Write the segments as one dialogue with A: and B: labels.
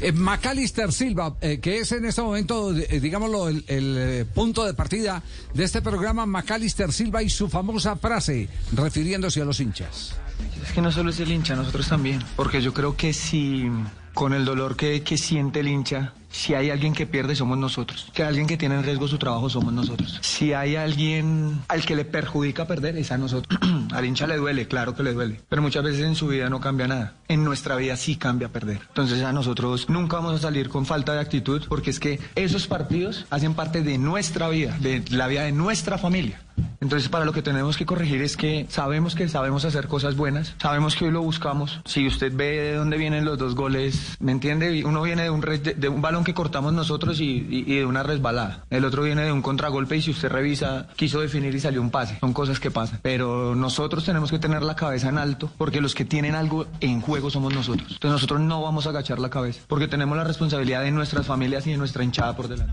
A: Eh, Macalister Silva, eh, que es en este momento, eh, digámoslo, el, el punto de partida de este programa, Macalister Silva y su famosa frase refiriéndose a los hinchas.
B: Es que no solo es el hincha, nosotros también, porque yo creo que si con el dolor que, que siente el hincha, si hay alguien que pierde, somos nosotros. Que alguien que tiene en riesgo su trabajo, somos nosotros. Si hay alguien al que le perjudica perder, es a nosotros. al hincha le duele, claro que le duele. Pero muchas veces en su vida no cambia nada. En nuestra vida sí cambia perder. Entonces a nosotros nunca vamos a salir con falta de actitud, porque es que esos partidos hacen parte de nuestra vida, de la vida de nuestra familia. Entonces, para lo que tenemos que corregir es que sabemos que sabemos hacer cosas buenas, sabemos que hoy lo buscamos. Si usted ve de dónde vienen los dos goles, ¿me entiende? Uno viene de un, res- de, de un balón que cortamos nosotros y, y- y de una resbalada. El otro viene de un contragolpe y si usted revisa, quiso definir y salió un pase. Son cosas que pasan. Pero nosotros tenemos que tener la cabeza en alto porque los que tienen algo en juego somos nosotros. Entonces, nosotros no vamos a agachar la cabeza porque tenemos la responsabilidad de nuestras familias y de nuestra hinchada por delante.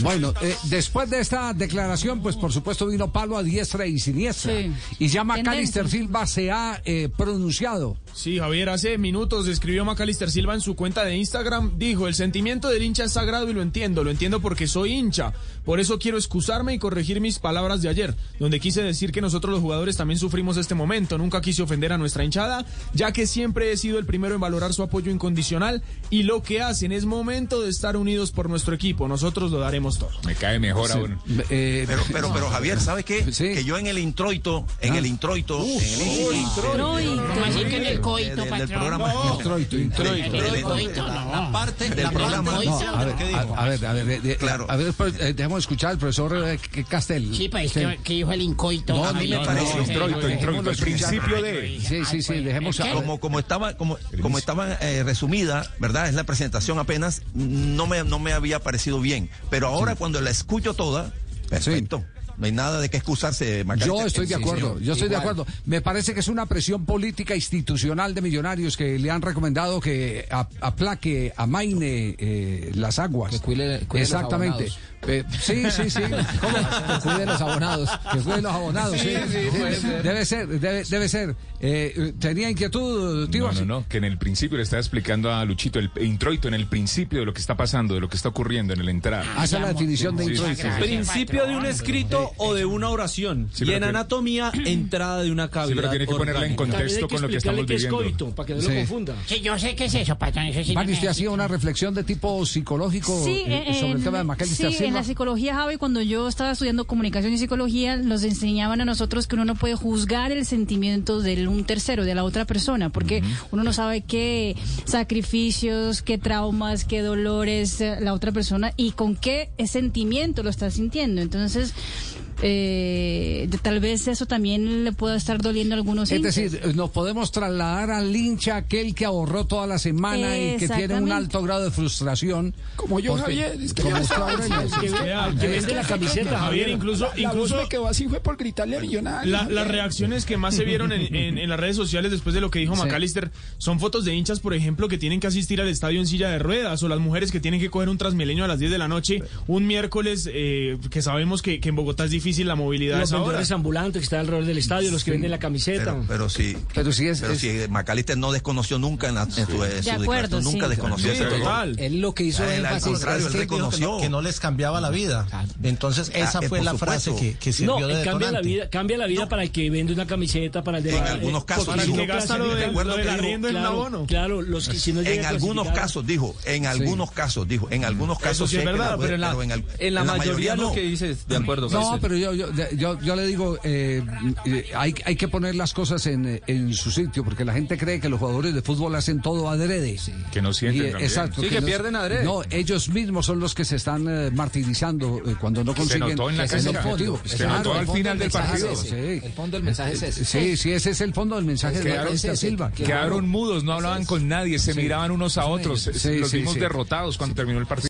A: Bueno, eh, después de esta declaración, pues por supuesto vino palo a diestra y siniestra.
C: Sí.
A: Y ya
C: Tendencia.
A: Macalister Silva se ha eh, pronunciado.
D: Sí, Javier, hace minutos escribió Macalister Silva en su cuenta de Instagram, dijo, el sentimiento del hincha es sagrado y lo entiendo, lo entiendo porque soy hincha, por eso quiero excusarme y corregir mis palabras de ayer, donde quise decir que nosotros los jugadores también sufrimos este momento, nunca quise ofender a nuestra hinchada, ya que siempre he sido el primero en valorar su apoyo incondicional y lo que hacen es momento de estar unidos por nuestro equipo, nosotros lo daremos todo.
E: Me cae mejor aún.
A: Eh,
F: Pero, pero, pero Javier, ¿sabes qué?
A: Sí. Ah.
F: Que yo en el introito, en el introito, en el introito,
C: Troy,
G: Así que en el
F: de-
G: coito,
F: del- del
G: patrón.
F: programa.
A: introito, introito.
F: Del- del-
G: Coito,
F: la-
G: no.
F: la parte del
G: La
F: programa.
G: parte
A: No, a ver,
F: ¿Qué
A: a,
F: dijo?
A: a ver, a ver, eh, eh,
F: Claro.
A: a ver, pues, eh, dejemos escuchar al profesor eh, C- Castel.
G: Sí, pues,
A: Sí.
G: que, que dijo el incoito.
A: No, a mí me parece
G: no,
A: introito,
G: no,
A: introito,
G: no,
A: el
G: no,
A: principio
G: no,
E: de-
G: no,
A: Sí, sí, sí,
G: Ay, pues,
A: dejemos a-
G: ¿qué?
F: Como, como estaba, como, como estaba eh, resumida, ¿verdad? Es la presentación apenas, no me, no me había parecido bien. Pero ahora cuando la escucho toda, perfecto. No hay nada de qué excusarse, Macalister.
A: Yo estoy de
F: Sí,
A: acuerdo,
F: señor.
A: yo estoy de
F: Igual.
A: acuerdo. Me parece que es una presión política institucional de millonarios que le han recomendado que a- aplaque, amaine eh, las aguas.
H: Que cuide- cuide los
A: Exactamente.
H: abonados.
A: Eh, sí, sí, sí.
H: Que cuide los abonados.
A: Que cuide los abonados, sí. debe, debe ser, debe, debe ser. Eh, ¿Tenía inquietud, tío?
E: No, no, no, que en el principio le estaba explicando a Luchito, el introito, en el principio de lo que está pasando, de lo que está ocurriendo en el entrar.
H: Ah,
A: Hace la definición de
E: Sí, sí,
A: introito.
E: sí, sí.
I: Principio de un escrito o de una oración.
E: Sí,
I: y
E: pero
I: en
E: que-
I: anatomía, entrada de una cavidad.
E: Sí, pero tiene que ponerla en
I: orgánica.
E: contexto con lo que estamos viviendo.
J: para que
A: Sí.
G: Sí, yo sé qué es eso, patrón. Eso sí no
A: Mari,
G: me-
A: usted hacía una reflexión de tipo psicológico
C: Sí,
A: eh,
C: en-
A: sobre el tema de Macalister
C: sí, en
A: Silva.
C: la psicología, Javi, cuando yo estaba estudiando comunicación y psicología, nos enseñaban a nosotros que uno no puede juzgar el sentimiento de un tercero, de la otra persona, porque uno no sabe qué sacrificios, qué traumas, qué dolores eh, la otra persona y con qué sentimiento lo está sintiendo. Entonces, eh, de- tal vez eso también le pueda estar doliendo a algunos
A: Es
C: hinchas.
A: decir, nos podemos trasladar al hincha aquel que ahorró toda la semana y que tiene un
C: Exactamente.
A: alto grado de frustración.
H: Como yo,
A: Porque-
H: Javier. Es que
A: como
H: yo
A: usted
H: estaba
A: ahora en
H: diciendo,
A: el-
H: es que-
D: Vea,
H: es
D: que
H: que
D: vende
H: es
D: la
H: que-
D: camiseta,
H: la-
D: Javier, incluso-
H: la- la
D: incluso-
H: voz me quedó así fue por gritarle a Millonarios.
D: La- las reacciones que más se vieron en, en- en las redes sociales después de lo que dijo
A: Sí.
D: McAllister son fotos de hinchas, por ejemplo, que tienen que asistir al estadio en silla de ruedas o las mujeres que tienen que coger un transmilenio a las 10 de la noche un miércoles eh, que sabemos que, que en Bogotá es difícil la movilidad a
J: Los
D: esa hora.
J: vendedores ambulantes que están alrededor del estadio, los que venden la camiseta.
F: Pero, pero sí,
A: Pero sí es-
F: pero
A: es-
F: sí, Macalister no desconoció nunca en, la- en su, en su declaración,
C: acuerdo,
F: nunca
C: sí.
F: desconoció
D: Sí,
F: ese dolor.
D: total.
H: Él lo que hizo
F: Él, al
H: énfasis
F: contrario,
H: es
F: él
H: que-
F: reconoció.
K: que no les cambiaba la vida. Entonces, esa
F: Ah, eh,
K: fue
F: por
K: la
F: supuesto.
K: frase que, que
J: No,
K: sirvió de
J: él cambia la
K: detonante.
J: vida, cambia la vida para el que vende una camiseta, para el de
F: En algunos casos,
J: porque
F: sí.
J: si no
F: Que gasta lo
J: clasifican-
F: del- Recuerdo lo del que dijo-
D: arriendo en el abono.
J: Claro, los que si no
F: En
J: llegan a
F: algunos
J: clasificar-
F: casos, dijo, en algunos casos, dijo, en algunos casos
D: sí es
F: sé que
D: verdad,
F: la puede-
D: pero en la-
F: al-
I: En la, mayoría, lo
F: no.
I: que dices, de acuerdo.
A: No,
I: Kaiser.
A: pero yo, yo, yo, yo le digo, eh, eh, hay, hay que poner las cosas en, eh, en su sitio, porque la gente cree que los jugadores de fútbol hacen todo adrede.
E: Que no sienten
A: Y, eh,
E: también.
A: Exacto.
I: Sí, que pierden adrede.
A: No, ellos mismos son los que se están eh, martirizando eh, cuando no
E: Se
A: consiguen
E: notó en la
A: el
E: cancha.
A: objetivo.
E: Se
A: Claro,
E: notó
A: el
E: al
A: fondo
E: final del
A: mensaje es
E: partido.
A: ese. Eh,
H: ese. El fondo del mensaje es ese.
A: Sí, sí, ese es el fondo del mensaje de
H: Quedaron-
A: Batista Silva.
H: que-
E: Quedaron mudos, no hablaban con nadie, se miraban unos a otros, se-
A: Sí,
E: los
A: sí,
E: vimos
A: sí.
E: derrotados cuando terminó el partido.